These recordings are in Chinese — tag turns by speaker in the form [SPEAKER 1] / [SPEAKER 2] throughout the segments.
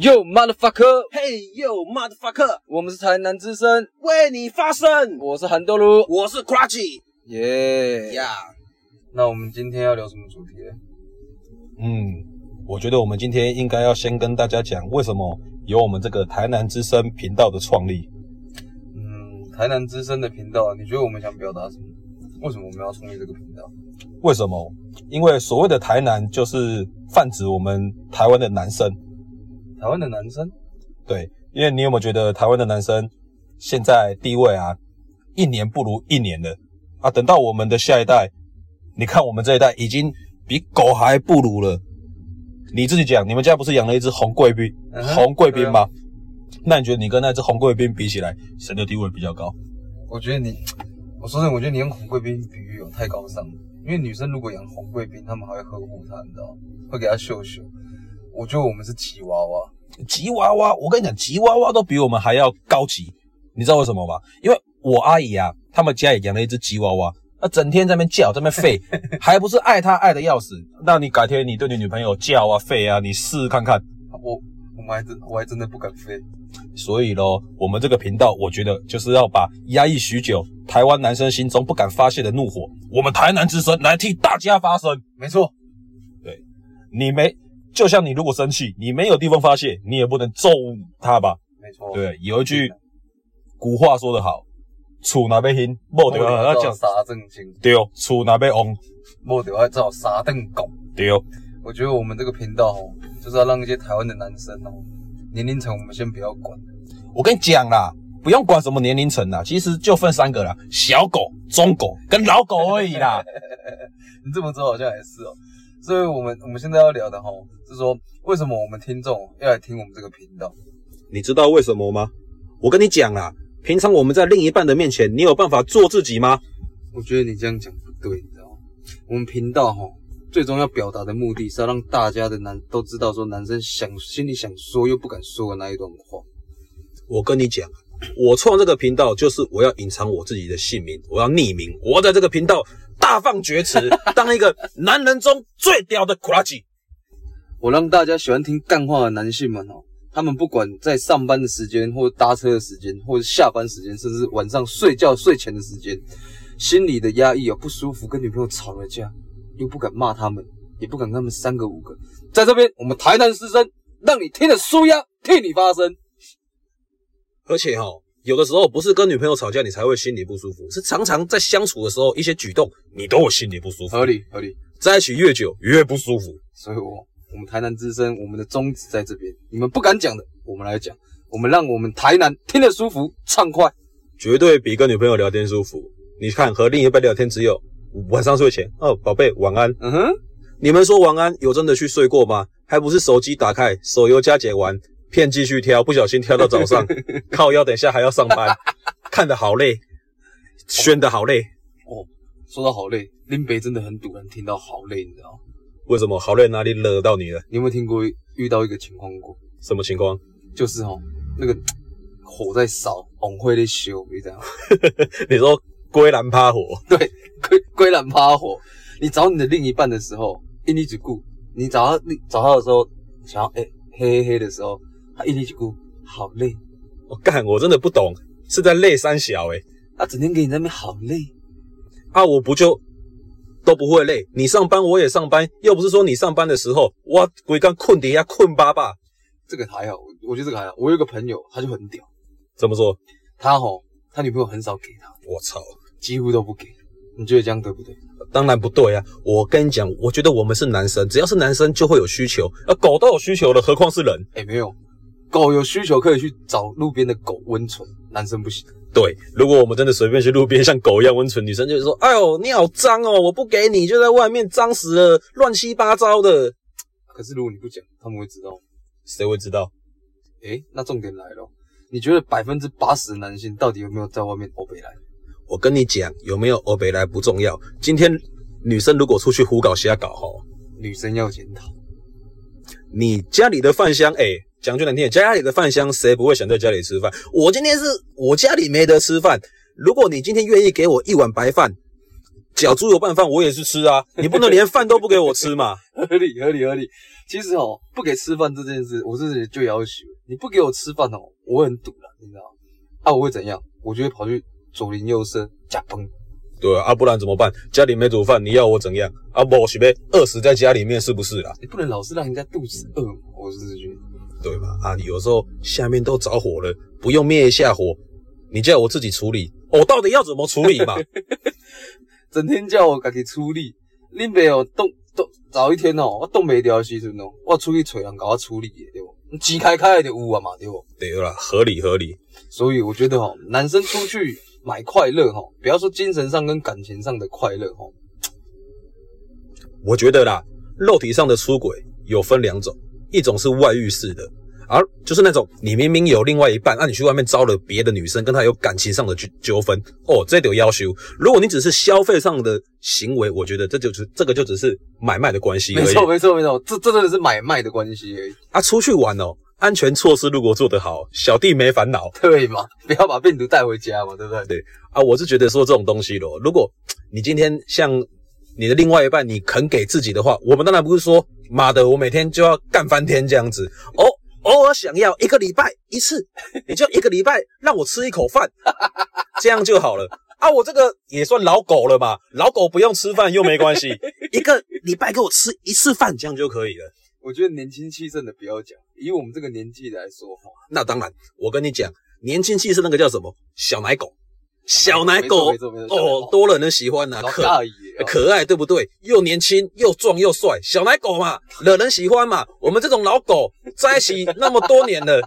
[SPEAKER 1] Yo motherfucker，
[SPEAKER 2] 嘿呦，motherfucker，
[SPEAKER 1] 我们是台南之声，
[SPEAKER 2] 为你发声！
[SPEAKER 1] 我是韩豆鲁，
[SPEAKER 2] 我是 Crutchy
[SPEAKER 1] 耶、
[SPEAKER 2] 呀，
[SPEAKER 1] 那我们今天要聊什么主题呢？
[SPEAKER 3] 嗯，我觉得我们今天应该要先跟大家讲，为什么有我们这个台南之声频道的创立。
[SPEAKER 1] 嗯，台南之声的频道，啊你觉得我们想表达什么？为什么我们要创立这个频道？
[SPEAKER 3] 为什么？因为所谓的台南就是泛指我们台湾的男生。
[SPEAKER 1] 台湾的男生，
[SPEAKER 3] 对，因为你有没有觉得台湾的男生现在地位啊，一年不如一年的啊？等到我们的下一代，你看我们这一代已经比狗还不如了。你自己讲，你们家不是养了一只红贵宾，
[SPEAKER 1] 嗯哼
[SPEAKER 3] 红贵宾吗？
[SPEAKER 1] 对啊
[SPEAKER 3] 那你觉得你跟那只红贵宾比起来，谁的地位比较高？
[SPEAKER 1] 我觉得你，我说真的，我觉得你用红贵宾比喻有太高尚了。因为女生如果养红贵宾，她们还会呵护它，你知道吗？会给它秀秀。我觉得我们是吉娃娃，
[SPEAKER 3] 吉娃娃，我跟你讲，吉娃娃都比我们还要高级，你知道为什么吗？因为我阿姨啊，他们家也养了一只吉娃娃，那整天在那边叫，在那边吠， 还不是爱她爱的要死。那你改天你对你女朋友叫啊吠啊，你试试看看。
[SPEAKER 1] 啊我我们还真我还真的不敢飞。
[SPEAKER 3] 所以咯，我们这个频道，我觉得就是要把压抑许久台湾男生心中不敢发泄的怒火，我们台南之声来替大家发声。
[SPEAKER 1] 没错，
[SPEAKER 3] 你没，就像你如果生气，你没有地方发泄，你也不能揍他吧。
[SPEAKER 1] 没错。
[SPEAKER 3] 对，有一句古话说得好，厝若要兴，某
[SPEAKER 1] 没
[SPEAKER 3] 就
[SPEAKER 1] 有，
[SPEAKER 3] 要
[SPEAKER 1] 要
[SPEAKER 3] 讲
[SPEAKER 1] 叫啥正经，
[SPEAKER 3] 对，厝若要旺，
[SPEAKER 1] 没有，要叫啥正拱。
[SPEAKER 3] 对，
[SPEAKER 1] 我觉得我们这个频道哦，就是要让一些台湾的男生哦，年龄层我们先不要管，
[SPEAKER 3] 我跟你讲啦，不用管什么年龄层啦，其实就分三个啦，小狗、中狗跟老狗而已啦。
[SPEAKER 1] 你这么说好像也是哦。所以我们我们现在要聊的哈、哦，是说为什么我们听众要来听我们这个频道？
[SPEAKER 3] 你知道为什么吗？我跟你讲啦，平常我们在另一半的面前，你有办法做自己吗？
[SPEAKER 1] 我觉得你这样讲不对，你知道吗？我们频道哈、哦，最终要表达的目的是要让大家的男都知道说男生想心里想说又不敢说的那一段话。
[SPEAKER 3] 我跟你讲，我创这个频道就是我要隐藏我自己的姓名，我要匿名，我要在这个频道大放厥词， 当一个男人中最屌的 c r u c h
[SPEAKER 1] 我让大家喜欢听干话的男性们哦，他们不管在上班的时间，或者搭车的时间，或者下班时间，甚至晚上睡觉睡前的时间，心里的压抑哦，不舒服，跟女朋友吵了架，又不敢骂他们，也不敢跟他们三个五个，在这边我们台南师生让你听得舒压，替你发声。
[SPEAKER 3] 而且哈、有的时候不是跟女朋友吵架你才会心里不舒服，是常常在相处的时候一些举动你都有心里不舒服，
[SPEAKER 1] 合理合理。
[SPEAKER 3] 在一起越久越不舒服。
[SPEAKER 1] 所以我我们台南之声，我们的宗旨在这边，你们不敢讲的，我们来讲，我们让我们台南听得舒服畅快。
[SPEAKER 3] 绝对比跟女朋友聊天舒服。你看，和另一半聊天只有晚上睡前哦，宝贝晚安。
[SPEAKER 1] 嗯哼。
[SPEAKER 3] 你们说晚安有真的去睡过吗？还不是手机打开，手游加解完，片继续挑，不小心挑到早上， 靠腰，等一下还要上班，看得好累，宣的好累。
[SPEAKER 1] 说到好累，林北真的很堵人，听到好累，你知道吗？
[SPEAKER 3] 为什么好累？哪里惹到你了？
[SPEAKER 1] 你有没有听过遇到一个情况过？
[SPEAKER 3] 什么情况？
[SPEAKER 1] 就是哦，那个火在烧，红会在修，你知道吗？
[SPEAKER 3] 你说龟兰趴火，
[SPEAKER 1] 归归然趴火，你找你的另一半的时候，一力只顾；你找他另找他的时候，想要哎、嘿嘿嘿的时候，他一力只顾，好累，
[SPEAKER 3] 我、干，我真的不懂，是在累三小诶、
[SPEAKER 1] 他啊整天给你在那边好累。
[SPEAKER 3] 啊，我不就都不会累？你上班我也上班，又不是说你上班的时候我龟刚困底下困巴巴。
[SPEAKER 1] 这个还好，我我觉得这个还好。我有一个朋友，他就很屌，
[SPEAKER 3] 怎么说？
[SPEAKER 1] 他吼，他女朋友很少给他，
[SPEAKER 3] 我操！
[SPEAKER 1] 几乎都不给。你觉得这样对不对？
[SPEAKER 3] 当然不对啊！我跟你讲，我觉得我们是男生，只要是男生就会有需求，啊，狗都有需求了，何况是人？
[SPEAKER 1] 哎、没有，狗有需求可以去找路边的狗温存，男生不行。
[SPEAKER 3] 对，如果我们真的随便去路边像狗一样温存，女生就会说：“哎呦，你好脏哦，我不给你，就在外面脏死了，乱七八糟的。
[SPEAKER 1] 可是如果你不讲，他们会知道。”
[SPEAKER 3] 谁会知道？
[SPEAKER 1] 哎、那重点来了，你觉得百分之八十的男性到底有没有在外面欧北来？
[SPEAKER 3] 我跟你讲，有没有欧北来不重要。今天女生如果出去胡搞瞎搞吼，
[SPEAKER 1] 女生要检讨。
[SPEAKER 3] 你家里的饭箱，哎、讲句难听点，家里的饭箱谁不会想在家里吃饭？我今天是我家里没得吃饭，如果你今天愿意给我一碗白饭，小猪有拌饭我也是吃啊，你不能连饭都不给我吃嘛。
[SPEAKER 1] 合理合理合理。其实哦，不给吃饭这件事，我是就要求你不给我吃饭哦，我会很堵了，你知道吗？啊，我会怎样？我就会跑去左邻右舍夹崩。
[SPEAKER 3] 对啊，啊不然怎么办？家里没煮饭，你要我怎样？啊，我是被饿死在家里面是不是啦？
[SPEAKER 1] 你不能老是让人家肚子饿嘛，我是觉得。
[SPEAKER 3] 对嘛？啊，有时候下面都着火了，不用灭一下火，你叫我自己处理，我到底要怎么处理 嘛？
[SPEAKER 1] 整天叫我家己处理，恁爸哦，冻冻早一天哦，我冻袂掉的时阵哦，我出去找人甲我处理的，对不？钱开开的就有啊嘛，对不？
[SPEAKER 3] 对啦，合理合理。
[SPEAKER 1] 所以我觉得哦，男生出去买快乐哦，不要说精神上跟感情上的快乐哦，
[SPEAKER 3] 我觉得啦，肉体上的出轨有分两种，一种是外遇式的，而就是那种你明明有另外一半，那、你去外面招了别的女生，跟她有感情上的纠纠纷，哦，这就要求。如果你只是消费上的行为，我觉得这就是这个就只是买卖的关系而
[SPEAKER 1] 没
[SPEAKER 3] 已。
[SPEAKER 1] 错没错没错，这这真的是买卖的关系而已，
[SPEAKER 3] 啊，出去玩哦，安全措施如果做得好，小弟没烦恼。
[SPEAKER 1] 对嘛？不要把病毒带回家嘛，对不对？
[SPEAKER 3] 对啊，我是觉得说这种东西咯，如果你今天像你的另外一半，你肯给自己的话，我们当然不是说妈的，我每天就要干翻天这样子哦。偶尔想要一个礼拜一次，你就一个礼拜让我吃一口饭，这样就好了啊！我这个也算老狗了嘛，老狗不用吃饭又没关系，一个礼拜给我吃一次饭，这样就可以了。
[SPEAKER 1] 我觉得年轻气盛的不要讲，以我们这个年纪来说哦哈，
[SPEAKER 3] 那当然，我跟你讲，年轻气盛那个叫什么小奶狗，小奶狗
[SPEAKER 1] 没错没错没错小奶
[SPEAKER 3] 哦
[SPEAKER 1] 狗，
[SPEAKER 3] 多惹人喜欢呐、
[SPEAKER 1] 老
[SPEAKER 3] 可
[SPEAKER 1] 大爷哦
[SPEAKER 3] 可爱，对不对？又年轻又壮又帅，小奶狗嘛，惹人喜欢嘛。我们这种老狗在一起那么多 年了，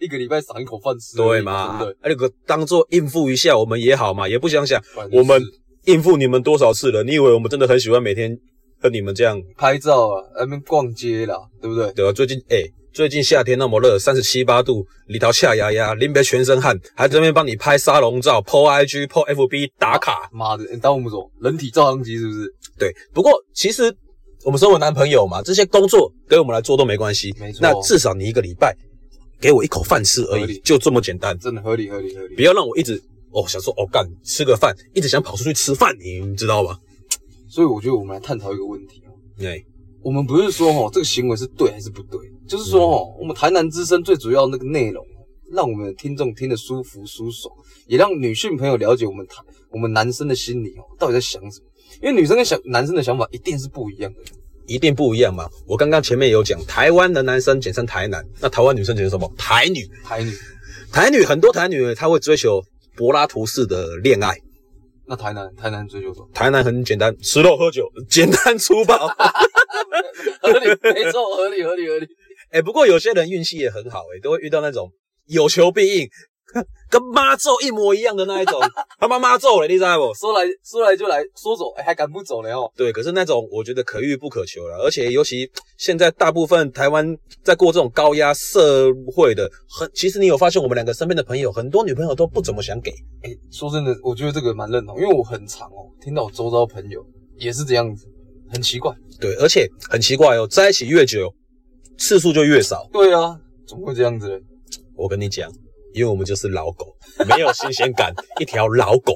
[SPEAKER 1] 一个礼拜赏一口饭吃而已，
[SPEAKER 3] 对嘛啊
[SPEAKER 1] 对不？
[SPEAKER 3] 那个当做应付一下我们也好嘛，也不想想
[SPEAKER 1] 反正
[SPEAKER 3] 我们
[SPEAKER 1] 是
[SPEAKER 3] 应付你们多少次了。你以为我们真的很喜欢每天和你们这样？
[SPEAKER 1] 拍照啊，那边逛街啦，对不对？
[SPEAKER 3] 对吧？最近哎、最近夏天那么热，三十七八度，里头下牙牙，林别全身汗，还在那边帮你拍沙龙照、po IG、po FB 打卡。
[SPEAKER 1] 妈的，你当我们什么人体照相机是不是？
[SPEAKER 3] 对，不过其实我们身为男朋友嘛，这些工作给我们来做都没关系，
[SPEAKER 1] 没错
[SPEAKER 3] 那至少你一个礼拜给我一口饭吃而
[SPEAKER 1] 合
[SPEAKER 3] 已
[SPEAKER 1] 理，
[SPEAKER 3] 就这么简单，
[SPEAKER 1] 真的合理合理合
[SPEAKER 3] 不
[SPEAKER 1] 理。
[SPEAKER 3] 要让我一直哦想说哦干吃个饭，一直想跑出去吃饭，你知道吧？
[SPEAKER 1] 所以我觉得我们来探讨一个问题哦，
[SPEAKER 3] 哎、
[SPEAKER 1] 我们不是说哦这个行为是对还是不对，就是说哦我们台南之声最主要那个内容，哦让我们的听众听得舒服舒爽，也让女性朋友了解我们台我们男生的心理哦到底在想什么，因为女生跟想男生的想法一定是不一样的。
[SPEAKER 3] 一定不一样嘛！我刚刚前面有讲，台湾的男生简称台男，那台湾女生简称什么？台女。
[SPEAKER 1] 台女，
[SPEAKER 3] 台女很多台女她会追求柏拉图式的恋爱，
[SPEAKER 1] 那台南台南追求什么？
[SPEAKER 3] 台男很简单，吃肉喝酒，简单粗暴。
[SPEAKER 1] 合理，没错，合理合理合理。
[SPEAKER 3] 哎、不过有些人运气也很好、欸，都会遇到那种有求必应，跟妈咒一模一样的那一种，他妈妈咒了，你知道不？
[SPEAKER 1] 说来说来就来，说走哎还赶不走呢哦。
[SPEAKER 3] 对，可是那种我觉得可遇不可求了，而且尤其现在大部分台湾在过这种高压社会的，很其实你有发现我们两个身边的朋友，很多女朋友都不怎么想给，
[SPEAKER 1] 哎、说真的，我觉得这个蛮认同，因为我很常哦听到我周遭朋友也是这样子，很奇怪。
[SPEAKER 3] 对，而且很奇怪哦，在一起越久次数就越少。
[SPEAKER 1] 对啊，怎么会这样子呢？
[SPEAKER 3] 我跟你讲，因为我们就是老狗，没有新鲜感，一条老狗。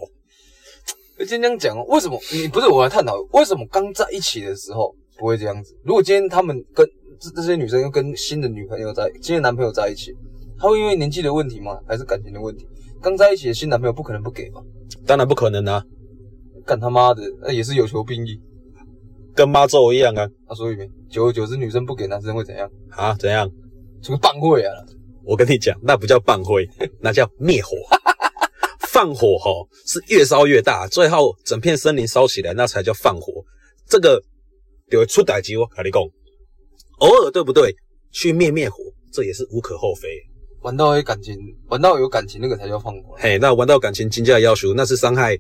[SPEAKER 1] 而今天这样讲哦，为什么你不是我来探讨为什么刚在一起的时候不会这样子？如果今天他们跟这这些女生又跟新的女朋友在新的男朋友在一起，他会因为年纪的问题吗？还是感情的问题？刚在一起的新男朋友不可能不给吧？
[SPEAKER 3] 当然不可能啊，
[SPEAKER 1] 干他妈的，那、也是有求必应
[SPEAKER 3] 跟妈咒一样啊
[SPEAKER 1] 啊！所以没，久而久之，女生不给男生会怎样？
[SPEAKER 3] 啊！怎样？
[SPEAKER 1] 出棒会啊！
[SPEAKER 3] 我跟你讲，那不叫棒灰， 那叫灭火。放火吼是越烧越大，最后整片森林烧起来，那才叫放火。这个就会出歹机，我跟你讲，偶尔对不对？去灭灭火，这也是无可厚非。
[SPEAKER 1] 玩到有感情，玩到有感情那个才叫放火。啊
[SPEAKER 3] 嘿，那玩到感情金价要求，那是伤害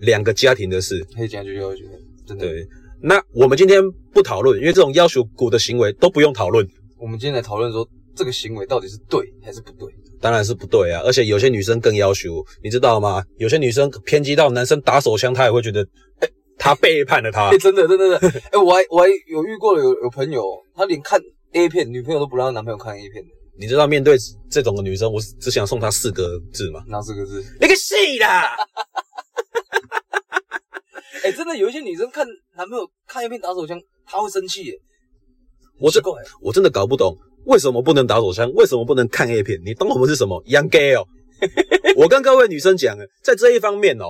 [SPEAKER 3] 两个家庭的事。
[SPEAKER 1] 黑讲就要觉得真的。
[SPEAKER 3] 对，那我们今天不讨论，因为这种要求股的行为都不用讨论，
[SPEAKER 1] 我们今天来讨论说这个行为到底是对还是不对。
[SPEAKER 3] 当然是不对啊。而且有些女生更要求，你知道吗？有些女生偏激到男生打手枪，她也会觉得，哎、她背叛了他
[SPEAKER 1] 哎、。真的，真的，真的。哎、我还我还有遇过有有朋友，他连看 A 片，女朋友都不让男朋友看 A 片的，
[SPEAKER 3] 你知道面对这种的女生，我只想送她四个字吗？
[SPEAKER 1] 哪四个字？
[SPEAKER 3] 那个屁啦！
[SPEAKER 1] 哎、真的有一些女生看男朋友看一遍打手枪，她会生气耶。
[SPEAKER 3] 我
[SPEAKER 1] 奇
[SPEAKER 3] 这
[SPEAKER 1] 怪，
[SPEAKER 3] 我真的搞不懂，为什么不能打手枪？为什么不能看 A 片？你当我们是什么洋 gay 哦？我跟各位女生讲，啊在这一方面哦，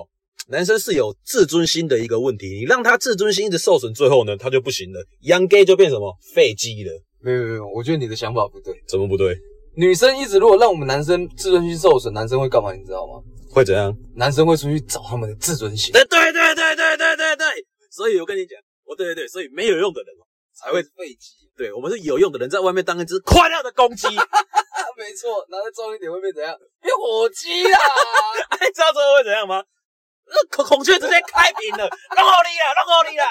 [SPEAKER 3] 男生是有自尊心的一个问题。你让他自尊心一直受损，最后呢，他就不行了，洋 gay 就变什么废鸡了？
[SPEAKER 1] 没有没有没有，我觉得你的想法不对。
[SPEAKER 3] 怎么不对？
[SPEAKER 1] 女生一直如果让我们男生自尊心受损，男生会干嘛？你知道吗？
[SPEAKER 3] 会怎样？
[SPEAKER 1] 男生会出去找他们的自尊 心，
[SPEAKER 3] 对对对对对对对对，所以我跟你讲，我对对对，所以没有用的人哦才会
[SPEAKER 1] 废机。
[SPEAKER 3] 对我们是有用的人，在外面当一只快乐的公鸡。
[SPEAKER 1] 啊，没错，拿得重一点会变怎样？变火鸡啦！
[SPEAKER 3] 哎，知道最后会怎样吗？那孔孔雀直接开屏了，弄好你啊，弄好你啊，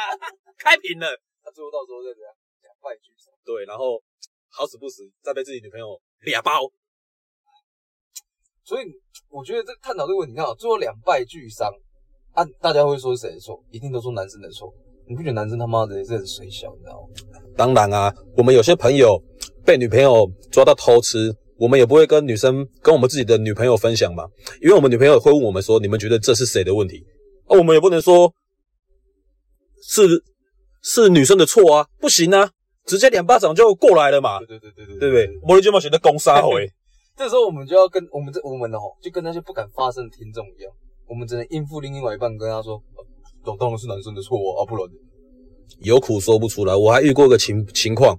[SPEAKER 3] 开屏了。
[SPEAKER 1] 那最后到时候再怎样？两败俱伤。
[SPEAKER 3] 对，然后好死不死再被自己女朋友俩包。
[SPEAKER 1] 所以我觉得这探讨这个问题，你看啊，最后两败俱伤啊，大家会说谁的错？一定都说男生的错。你不觉得男生他妈的也是很水小，你知道吗？
[SPEAKER 3] 当然啊，我们有些朋友被女朋友抓到偷吃，我们也不会跟女生跟我们自己的女朋友分享嘛，因为我们女朋友会问我们说，你们觉得这是谁的问题？啊，我们也不能说是是女生的错啊，不行啊，直接两巴掌就过来了嘛，
[SPEAKER 1] 对对对对
[SPEAKER 3] 对不对？摩羯就冒险的攻杀回。
[SPEAKER 1] 这时候我们就要跟我们这我们的吼，就跟那些不敢发声的听众一样，我们只能应付另外一半，跟他说，呃当当然是男生的错啊，啊不然呢
[SPEAKER 3] 有苦说不出来。我还遇过一个情情况，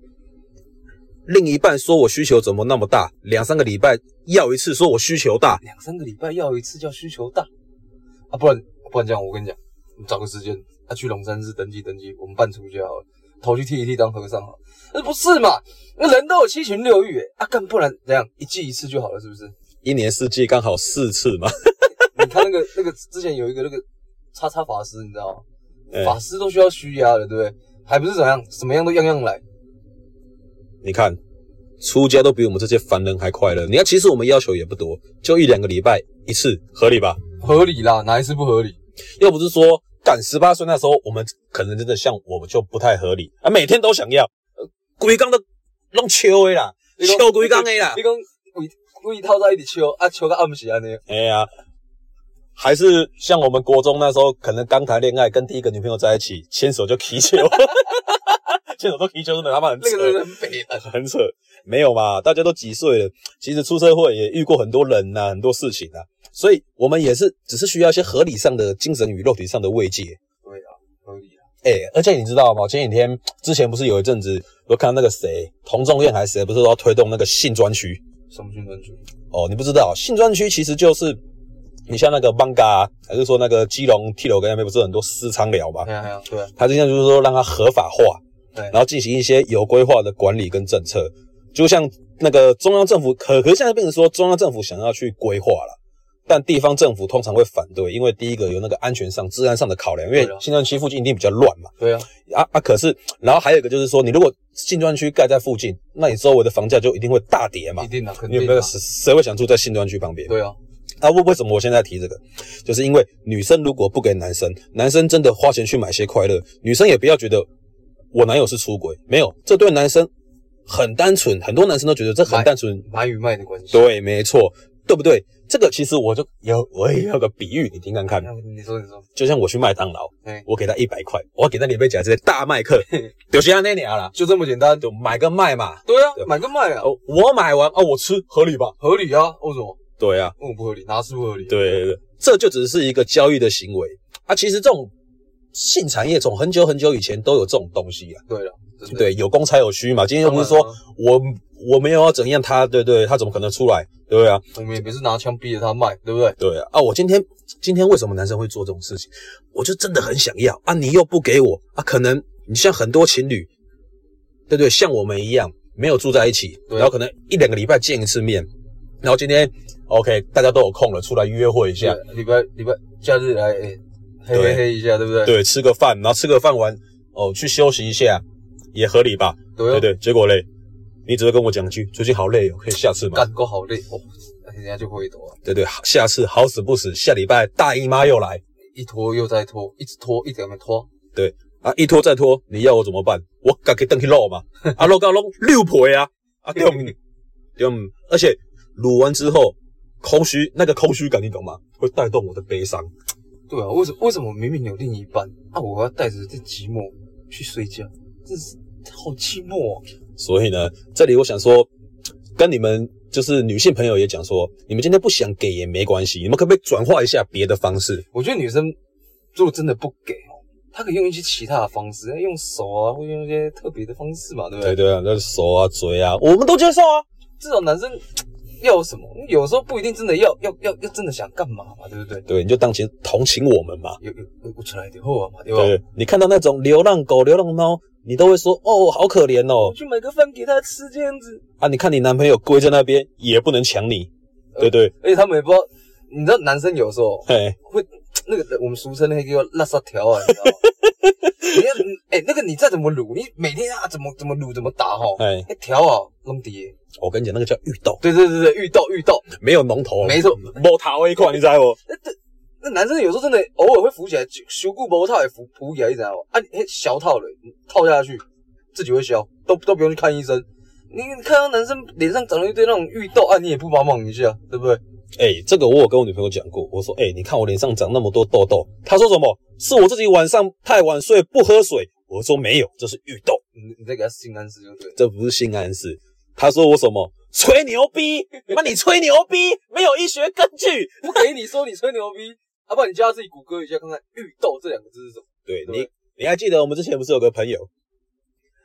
[SPEAKER 3] 另一半说我需求怎么那么大，两三个礼拜要一次，说我需求大，
[SPEAKER 1] 两三个礼拜要一次叫需求大啊，不然不然这样，我跟你讲，你找个时间啊去龙山寺登记登记，我们办出家好了，头去剃一剃当和尚好了，那不是嘛？那人都有七情六欲欸啊，干不然怎样一季一次就好了，是不是？
[SPEAKER 3] 一年四季刚好四次嘛。
[SPEAKER 1] 你看那个那个之前有一个那个叉叉法师，你知道吗？
[SPEAKER 3] 哎
[SPEAKER 1] 法师都需要虚压的，对不对？还不是怎样，什么样都样样来。
[SPEAKER 3] 你看，出家都比我们这些凡人还快乐。你看，其实我们要求也不多，就一两个礼拜一次，合理吧？
[SPEAKER 1] 合理啦，哪一次不合理？
[SPEAKER 3] 又不是说赶十八岁那时候，我们可能真的像我们就不太合理啊，每天都想要，呃规缸都弄秋的啦，
[SPEAKER 1] 你说
[SPEAKER 3] 秋规缸的啦
[SPEAKER 1] 你。讲为为套在一起秋啊，秋到暗时安尼，
[SPEAKER 3] 哎呀、还是像我们国中那时候，可能刚谈恋爱，跟第一个女朋友在一起，牵手就踢球， 牵手都踢球，真的他妈很扯
[SPEAKER 1] 那，个真的很北的。
[SPEAKER 3] 很扯。没有嘛，大家都几岁了，其实出社会也遇过很多人呐、很多事情啊，所以我们也是只是需要一些合理上的精神与肉体上的慰藉。
[SPEAKER 1] 对啊，合理啊。
[SPEAKER 3] 哎、而且你知道吗？前几天之前不是有一阵子，我看那个谁，童仲彦还是谁，不是都要推动那个性专区？
[SPEAKER 1] 什么宣传主义？
[SPEAKER 3] 哦，你不知道，性专区其实就是你像那个 Manga，啊还是说那个基隆 T 楼跟那边不是很多私娼寮嘛？
[SPEAKER 1] 哎呀哎呀，对啊，
[SPEAKER 3] 它现在就是说让它合法化，
[SPEAKER 1] 对
[SPEAKER 3] 然后进行一些有规划的管理跟政策，就像那个中央政府，可可是现在变成说中央政府想要去规划了。但地方政府通常会反对，因为第一个有那个安全上、治安上的考量，因为
[SPEAKER 1] 对啊
[SPEAKER 3] 新专区附近一定比较乱嘛。
[SPEAKER 1] 对啊，
[SPEAKER 3] 啊啊！可是，然后还有一个就是说，你如果新专区盖在附近，那你周围的房价就一定会大跌嘛
[SPEAKER 1] 一。定啊，肯
[SPEAKER 3] 你有
[SPEAKER 1] 定
[SPEAKER 3] 没有
[SPEAKER 1] 啊。
[SPEAKER 3] 谁谁会想住在新专区旁边？
[SPEAKER 1] 对啊，
[SPEAKER 3] 啊，为为什么我现在提这个？就是因为女生如果不给男生，男生真的花钱去买些快乐，女生也不要觉得我男友是出轨，没有，这对男生很单纯，很多男生都觉得这很单纯。
[SPEAKER 1] 买与卖的关系。
[SPEAKER 3] 对，没错，对不对？这个其实我就有我也有个比喻，你听看看
[SPEAKER 1] 那，哎你说你说，
[SPEAKER 3] 就像我去麦当劳
[SPEAKER 1] 哎，
[SPEAKER 3] 我给他一百块，我要给他里面夹这些大麦 克，就是那那俩啦，
[SPEAKER 1] 就这么简单。
[SPEAKER 3] 就买个麦嘛。
[SPEAKER 1] 对啊
[SPEAKER 3] 对，
[SPEAKER 1] 买跟卖啊，
[SPEAKER 3] 哦，我买完啊，我吃合理吧？
[SPEAKER 1] 合理啊。为什么？
[SPEAKER 3] 对啊，
[SPEAKER 1] 为什么不合理？哪是不合理？，啊
[SPEAKER 3] 对对对，这就只是一个交易的行为啊。其实这种性产业从很久很久以前都有这种东西啊。
[SPEAKER 1] 对了，真的
[SPEAKER 3] 对，有供才有需嘛。今天又不是说
[SPEAKER 1] 当然啊
[SPEAKER 3] 我我没有要怎样他，对对，他怎么可能出来？对不对啊？
[SPEAKER 1] 我们也不是拿枪逼着他卖，对不对？
[SPEAKER 3] 对啊，啊，我今天今天为什么男生会做这种事情？我就真的很想要啊，你又不给我啊，可能你像很多情侣，对对，像我们一样没有住在一起，
[SPEAKER 1] 对
[SPEAKER 3] 然后可能一两个礼拜见一次面，然后今天 OK，大家都有空了，出来约会一下，
[SPEAKER 1] 对礼拜礼拜假日来，哎，黑黑黑一下，啊对不对？哦
[SPEAKER 3] 对，吃个饭，然后吃个饭完，哦，去休息一下，也合理吧？
[SPEAKER 1] 对
[SPEAKER 3] 对
[SPEAKER 1] 啊
[SPEAKER 3] 对，结果嘞，你只会跟我讲一句，最近好累哦，可以下次吗？
[SPEAKER 1] 干够好累哦，人家就会躲啊，
[SPEAKER 3] 对对，下次好死不死，下礼拜大姨妈又来，
[SPEAKER 1] 一拖又再拖，一直拖，一直没拖，
[SPEAKER 3] 对啊，一拖再拖，你要我怎么办？我赶给登去漏 嘛，啊漏到弄六婆呀， 啊对唔对唔，而且撸完之后空虚，那个空虚感你懂吗？会带动我的悲伤，
[SPEAKER 1] 对啊，为什为什么明明有另一半啊，我要带着这寂寞去睡觉？真是好寂寞、哦。
[SPEAKER 3] 所以呢，这里我想说，跟你们就是女性朋友也讲说，你们今天不想给也没关系，你们可不可以转化一下别的方式？
[SPEAKER 1] 我觉得女生如果真的不给哦，她可以用一些其他的方式，用手啊，或用一些特别的方式嘛，对不对？
[SPEAKER 3] 对对啊，那手啊、嘴啊，我们都接受啊。
[SPEAKER 1] 至少男生要有什么，有时候不一定真的要要要要真的想干嘛嘛，对不对？
[SPEAKER 3] 对，你就当情同情我们嘛。
[SPEAKER 1] 有有有有出来就好啊嘛，对吧？
[SPEAKER 3] 对，你看到那种流浪狗、流浪猫，你都会说哦，好可怜哦
[SPEAKER 1] 我。去买个饭给他吃这样子，
[SPEAKER 3] 啊，你看你男朋友跪在那边，也不能抢你，对对，
[SPEAKER 1] 而且他们也不知道，你知道男生有时候
[SPEAKER 3] 嘿，
[SPEAKER 1] 会那个我们俗称那个叫“拉撒条”啊，你 知道吗？你要哎、那个你再怎么撸，你每天啊怎么怎么撸怎么打哈，
[SPEAKER 3] 哎
[SPEAKER 1] 那条啊弄底，
[SPEAKER 3] 我跟你讲，那个叫遇到，
[SPEAKER 1] 对对对对，遇到遇到，
[SPEAKER 3] 没有浓头，
[SPEAKER 1] 没错
[SPEAKER 3] 摸头啊一块，你知道不？
[SPEAKER 1] 那男生有时候真的偶尔会浮起来，就修固脖套也浮浮起来，你知道吗？啊，你小套了，你套下去自己会消，都都不用去看医生。你看到男生脸上长了一堆那种玉痘啊，你也不帮忙一下，对不对？
[SPEAKER 3] 哎、这个我有跟我女朋友讲过，我说，哎、你看我脸上长那么多痘痘，她说什么？是我自己晚上太晚睡不喝水。我说没有，这是遇痘，
[SPEAKER 1] 你你再给他心安思就对了。
[SPEAKER 3] 这不是性暗示。她说我什么？吹牛逼！妈，你吹牛逼，没有医学根据。
[SPEAKER 1] 不给你说你吹牛逼，要、不然你叫他自己谷歌一下看看“玉豆”这两个字是什么。
[SPEAKER 3] 对
[SPEAKER 1] 对
[SPEAKER 3] 你，你还记得我们之前不是有个朋友，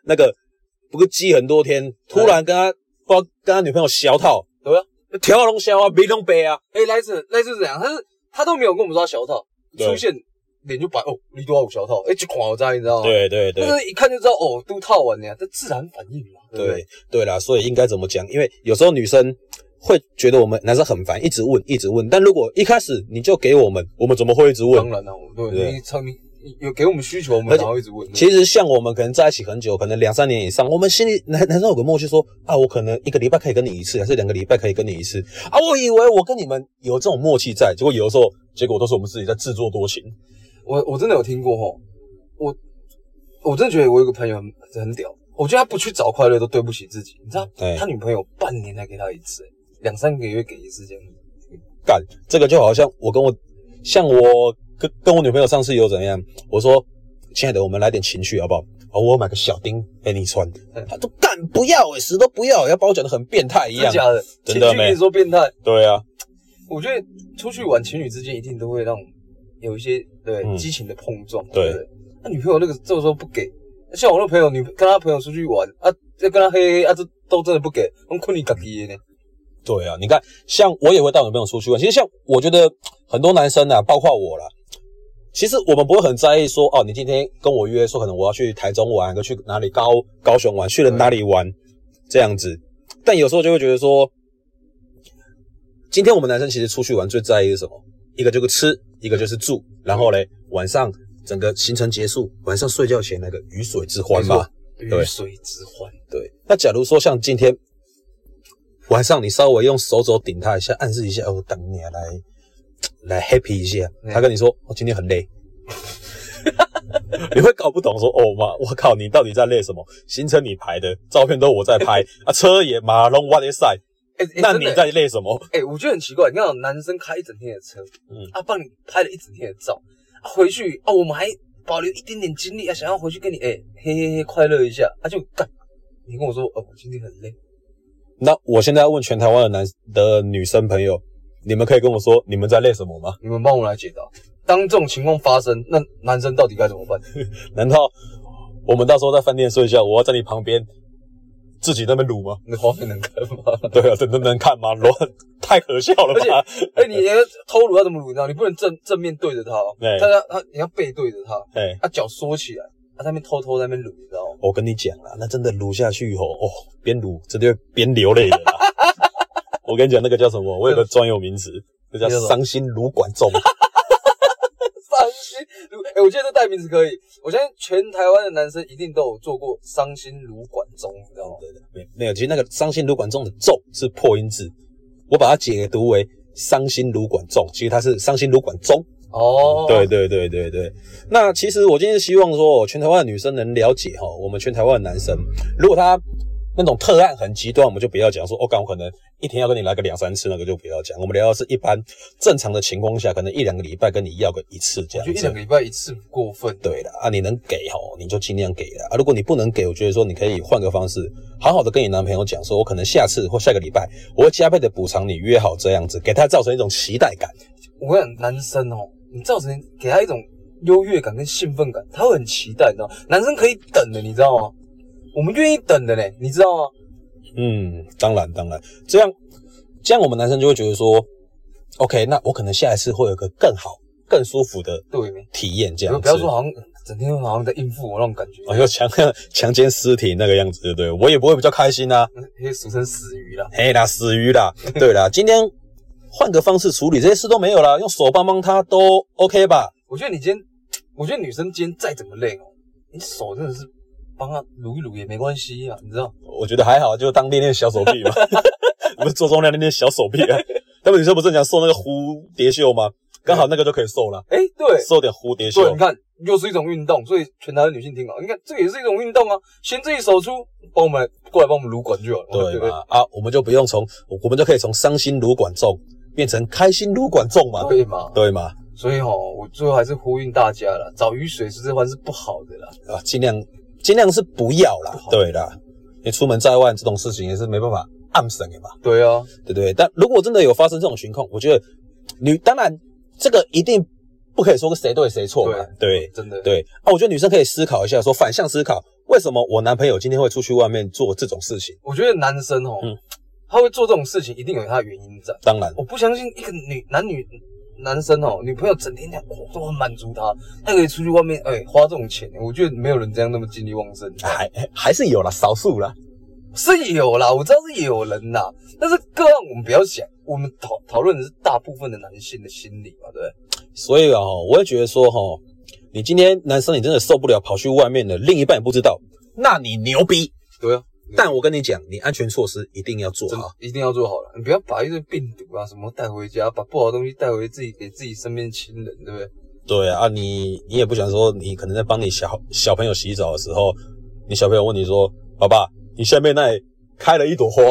[SPEAKER 3] 那个不是积很多天，突然跟他不知道跟他女朋友小套，
[SPEAKER 1] 对啊，
[SPEAKER 3] 条龙小啊，鼻龙白啊，
[SPEAKER 1] 哎、来自来自怎样？他是他都没有跟我们说他小套，
[SPEAKER 3] 对
[SPEAKER 1] 出现脸就白哦，你多少有小套？哎、就狂我在，你知道吗？，
[SPEAKER 3] 对对对
[SPEAKER 1] 但是一看就知道哦，都套完了呀，这自然反应嘛，对不对？
[SPEAKER 3] 对对啦，所以应该怎么讲？因为有时候女生会觉得我们男生很烦，一直问一直问，但如果一开始你就给我们，我们怎么会一直
[SPEAKER 1] 当
[SPEAKER 3] 问？
[SPEAKER 1] 然了、我们
[SPEAKER 3] 对
[SPEAKER 1] 对你唱你你有给我们需求，我们
[SPEAKER 3] 而且
[SPEAKER 1] 然后一直问。
[SPEAKER 3] 其实像我们可能在一起很久，可能两三年以上，我们心里男男生有个默契说啊，我可能一个礼拜可以跟你一次，还是两个礼拜可以跟你一次啊。我以为我跟你们有这种默契在，结果有的时候结果都是我们自己在自作多情。
[SPEAKER 1] 我我真的有听过吼，我我真的觉得我有个朋友很很屌，我觉得他不去找快乐都对不起自己，你知道
[SPEAKER 3] 对
[SPEAKER 1] 他女朋友半年才给他一次、欸两三个月给一次这样子。
[SPEAKER 3] 干，这个就好像我跟我像我跟跟我女朋友上次有怎样，我说亲爱的，我们来点情趣好不好？啊，我买个小丁给你穿
[SPEAKER 1] 嗯，
[SPEAKER 3] 她说干不要诶、死都不要，要把我讲的很变态一
[SPEAKER 1] 真的
[SPEAKER 3] 样。
[SPEAKER 1] 假的？
[SPEAKER 3] 真的
[SPEAKER 1] 情侣
[SPEAKER 3] 没
[SPEAKER 1] 一直说变态，
[SPEAKER 3] 对啊，
[SPEAKER 1] 我觉得出去玩情侣之间一定都会让有一些对
[SPEAKER 3] 嗯
[SPEAKER 1] 激情的碰撞。
[SPEAKER 3] 对
[SPEAKER 1] 不，那女朋友那个这个时候不给，像我那个朋友女跟他朋友出去玩啊，要跟他嘿嘿啊，这都真的不给，我困你搞爹呢。
[SPEAKER 3] 对啊，你看，像我也会带女朋友出去玩。其实像我觉得很多男生啊，包括我啦，其实我们不会很在意说哦，你今天跟我约说可能我要去台中玩，跟去哪里高高雄玩，去了哪里玩这样子。但有时候就会觉得说，今天我们男生其实出去玩最在意是什么？一个就是吃，一个就是住，然后嘞晚上整个行程结束，晚上睡觉前那个鱼水之欢
[SPEAKER 1] 没
[SPEAKER 3] 嘛
[SPEAKER 1] 错。
[SPEAKER 3] 对
[SPEAKER 1] 鱼水之欢，
[SPEAKER 3] 对，那假如说像今天晚上，你稍微用手肘顶他一下，暗示一下，哦，等你啊来来 happy 一下。
[SPEAKER 1] 嗯
[SPEAKER 3] 他跟你说，我、今天很累， 你会搞不懂说，哦妈，我靠，你到底在累什么？行程你排的，照片都我在拍啊，车也马龙哇塞塞，
[SPEAKER 1] 哎、哎
[SPEAKER 3] 那
[SPEAKER 1] 真的
[SPEAKER 3] 你在累什么？
[SPEAKER 1] 哎、我觉得很奇怪，你看哦男生开一整天的车，
[SPEAKER 3] 嗯
[SPEAKER 1] 嗯，啊，帮你拍了一整天的照，啊，回去哦，我们还保留一点点精力啊，想要回去跟你哎、嘿嘿嘿快乐一下，啊就干，你跟我说哦，我今天很累，
[SPEAKER 3] 那我现在要问全台湾的男的女生朋友，你们可以跟我说你们在累什么吗？
[SPEAKER 1] 你们帮我来解答。当这种情况发生，那男生到底该怎么办？
[SPEAKER 3] 难道我们到时候在饭店睡觉，我要在你旁边自己在那边撸吗？
[SPEAKER 1] 那画面能看吗？
[SPEAKER 3] 对啊，这能能看吗？ 乱太可笑了
[SPEAKER 1] 而且
[SPEAKER 3] 吧！
[SPEAKER 1] 哎、你要偷乳要怎么乳？你知道，你不能正正面对着他哦，
[SPEAKER 3] 对
[SPEAKER 1] 他要他你要背对着他，
[SPEAKER 3] 哎，
[SPEAKER 1] 他脚缩起来，他在那边偷偷在那边乳，你知道吗？
[SPEAKER 3] 我跟你讲啦，那真的撸下去以后，哦，边撸真的会边流泪的啦。 我跟你讲，那个叫什么？我有个专有名词，那叫
[SPEAKER 1] 叫什么
[SPEAKER 3] 伤心撸管中。
[SPEAKER 1] 伤心乳，哎、我觉得这代名词可以，我相信全台湾的男生一定都有做过伤心乳管中，你知道吗？
[SPEAKER 3] 没没有，其实那个伤心撸管中的“中”是破音字，我把它解读为伤心撸管中，其实它是伤心撸管中。
[SPEAKER 1] 哦，
[SPEAKER 3] 对，对对对对。那其实我今天希望说，全台湾的女生能了解哈，我们全台湾的男生，如果他那种特案很极端，我们就不要讲说，哦，干我可能一天要跟你来个两三次，那个就不要讲。我们聊的是一般正常的情况下，可能一两个礼拜跟你要个一次这
[SPEAKER 1] 我觉
[SPEAKER 3] 样
[SPEAKER 1] 得
[SPEAKER 3] 子。
[SPEAKER 1] 一两个礼拜一次不过分。
[SPEAKER 3] 对的啊，你能给吼，你就尽量给了啊。如果你不能给，我觉得说你可以换个方式，好好的跟你男朋友讲说，我可能下次或下个礼拜，我会加倍的补偿你，约好这样子，给他造成一种期待感。
[SPEAKER 1] 我跟你讲，男生哦，你造成给他一种优越感跟兴奋感，他会很期待，你知道吗？男生可以等的，你知道吗？我们愿意等的嘞，你知道吗？
[SPEAKER 3] 嗯，当然当然，这样这样我们男生就会觉得说，OK，那我可能下一次会有个更好、更舒服的
[SPEAKER 1] 对没？
[SPEAKER 3] 体验，这
[SPEAKER 1] 不要
[SPEAKER 3] 样子。
[SPEAKER 1] 不要说好像整天好像在应付我那种感觉，
[SPEAKER 3] 哎呦，强强奸尸体那个样子，对不对？我也不会比较开心啊。
[SPEAKER 1] 那些俗称死鱼啦。
[SPEAKER 3] 嘿啦，死鱼啦，对啦，今天换个方式处理这些事都没有啦，用手帮帮他都 OK 吧？
[SPEAKER 1] 我觉得你今天，我觉得女生今天再怎么累哦，你手真的是帮她撸一撸也没关系啊，你知道？
[SPEAKER 3] 我觉得还好，就当练练小手 臂嘛，不是做重量练练小手臂啊。他们女生不是讲瘦那个蝴蝶袖吗？刚好那个就可以瘦了，
[SPEAKER 1] 哎、对，
[SPEAKER 3] 瘦点蝴蝶
[SPEAKER 1] 对，
[SPEAKER 3] 袖
[SPEAKER 1] 你。看又是一种运动，所以全台的女性听好，你看这也是一种运动啊，先自己手出，帮我们过来帮我们撸管就好了，
[SPEAKER 3] 对
[SPEAKER 1] 不对？
[SPEAKER 3] 嘛？啊，我们就不用从，我们就可以从伤心撸管重变成开心撸管重嘛，
[SPEAKER 1] 对嘛，
[SPEAKER 3] 对嘛？
[SPEAKER 1] 所以吼、我最后还是呼吁大家啦，找雨水是这番是不好的啦。
[SPEAKER 3] 啊，尽量尽量是不要啦，对啦。你出门在外这种事情也是没办法暗审的嘛，
[SPEAKER 1] 对啊，
[SPEAKER 3] 对不对？但如果真的有发生这种情况，我觉得女当然这个一定不可以说个谁对谁错嘛，对
[SPEAKER 1] 真的，
[SPEAKER 3] 对啊，我觉得女生可以思考一下，说反向思考，为什么我男朋友今天会出去外面做这种事情？
[SPEAKER 1] 我觉得男生吼、
[SPEAKER 3] 嗯
[SPEAKER 1] 他会做这种事情，一定有他的原因在。
[SPEAKER 3] 当然，
[SPEAKER 1] 我不相信一个女男女男生哦，女朋友整天讲哦都很满足他，他可以出去外面哎、花这种钱，我觉得没有人这样那么精力旺盛。
[SPEAKER 3] 还还是有啦，少数啦。
[SPEAKER 1] 是有啦，我知道是有人啦，但是个案我们不要想，我们讨讨论的是大部分的男性的心理嘛，对不对？
[SPEAKER 3] 所以啊，吼我会觉得说，哈，你今天男生你真的受不了，跑去外面了，另一半也不知道，那你牛逼。
[SPEAKER 1] 对啊，
[SPEAKER 3] 但我跟你讲，你安全措施一定要做
[SPEAKER 1] 真的
[SPEAKER 3] 好。
[SPEAKER 1] 一定要做好了，你不要把一堆病毒啊什么带回家，把不好的东西带回自己给自己身边亲人，对不对？
[SPEAKER 3] 对啊，啊你你也不想说，你可能在帮你小小朋友洗澡的时候，你小朋友问你说：“爸爸，你下面那里开了一朵 花。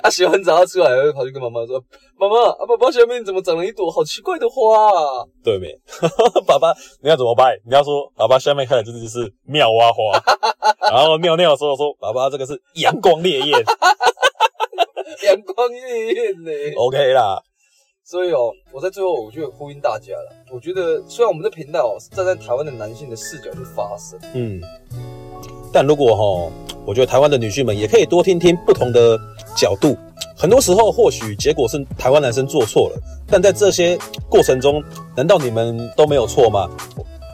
[SPEAKER 1] 啊，洗完澡他出来了，跑去跟妈妈说：“妈妈，啊，爸爸下面怎么长了一朵好奇怪的花啊？”
[SPEAKER 3] 对没？ 爸爸，你要怎么办？你要说爸爸下面开的这只是妙蛙花，然后尿尿的时候说爸爸这个是阳光烈焰
[SPEAKER 1] 阳光烈焰呢、
[SPEAKER 3] ，OK 啦。
[SPEAKER 1] 所以哦，我在最后我就呼应大家了。我觉得虽然我们的频道哦是站在台湾的男性的视角去发声，
[SPEAKER 3] 嗯，但如果哈、我觉得台湾的女性们也可以多听听不同的角度。很多时候，或许结果是台湾男生做错了，但在这些过程中，难道你们都没有错吗？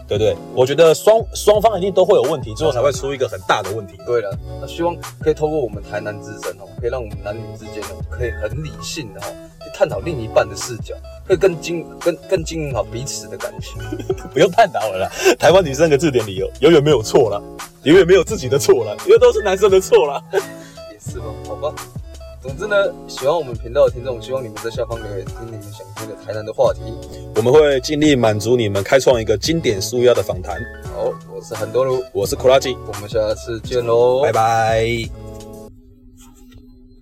[SPEAKER 3] 对不对？我觉得双双方一定都会有问题，最后才会出一个很大的问题。
[SPEAKER 1] 对了，那希望可以透过我们台南之声哦，可以让我们男女之间哦，可以很理性的哦，去探讨另一半的视角，可以更经更更经营好彼此的感情。
[SPEAKER 3] 不用探讨了啦，台湾女生的字典里有永远没有错 啦，永远没有自己的错啦，因为都是男生的错啦。
[SPEAKER 1] 也是吧，哦好吧。总之呢，喜欢我们频道的听众，希望你们在下方留言，听你们想听的台南的话题。
[SPEAKER 3] 我们会尽力满足你们，开创一个经典舒压的访谈。
[SPEAKER 1] 好，我是韩多路，
[SPEAKER 3] 哦我是 k o r a j i
[SPEAKER 1] 我们下次见喽，
[SPEAKER 3] 拜。拜。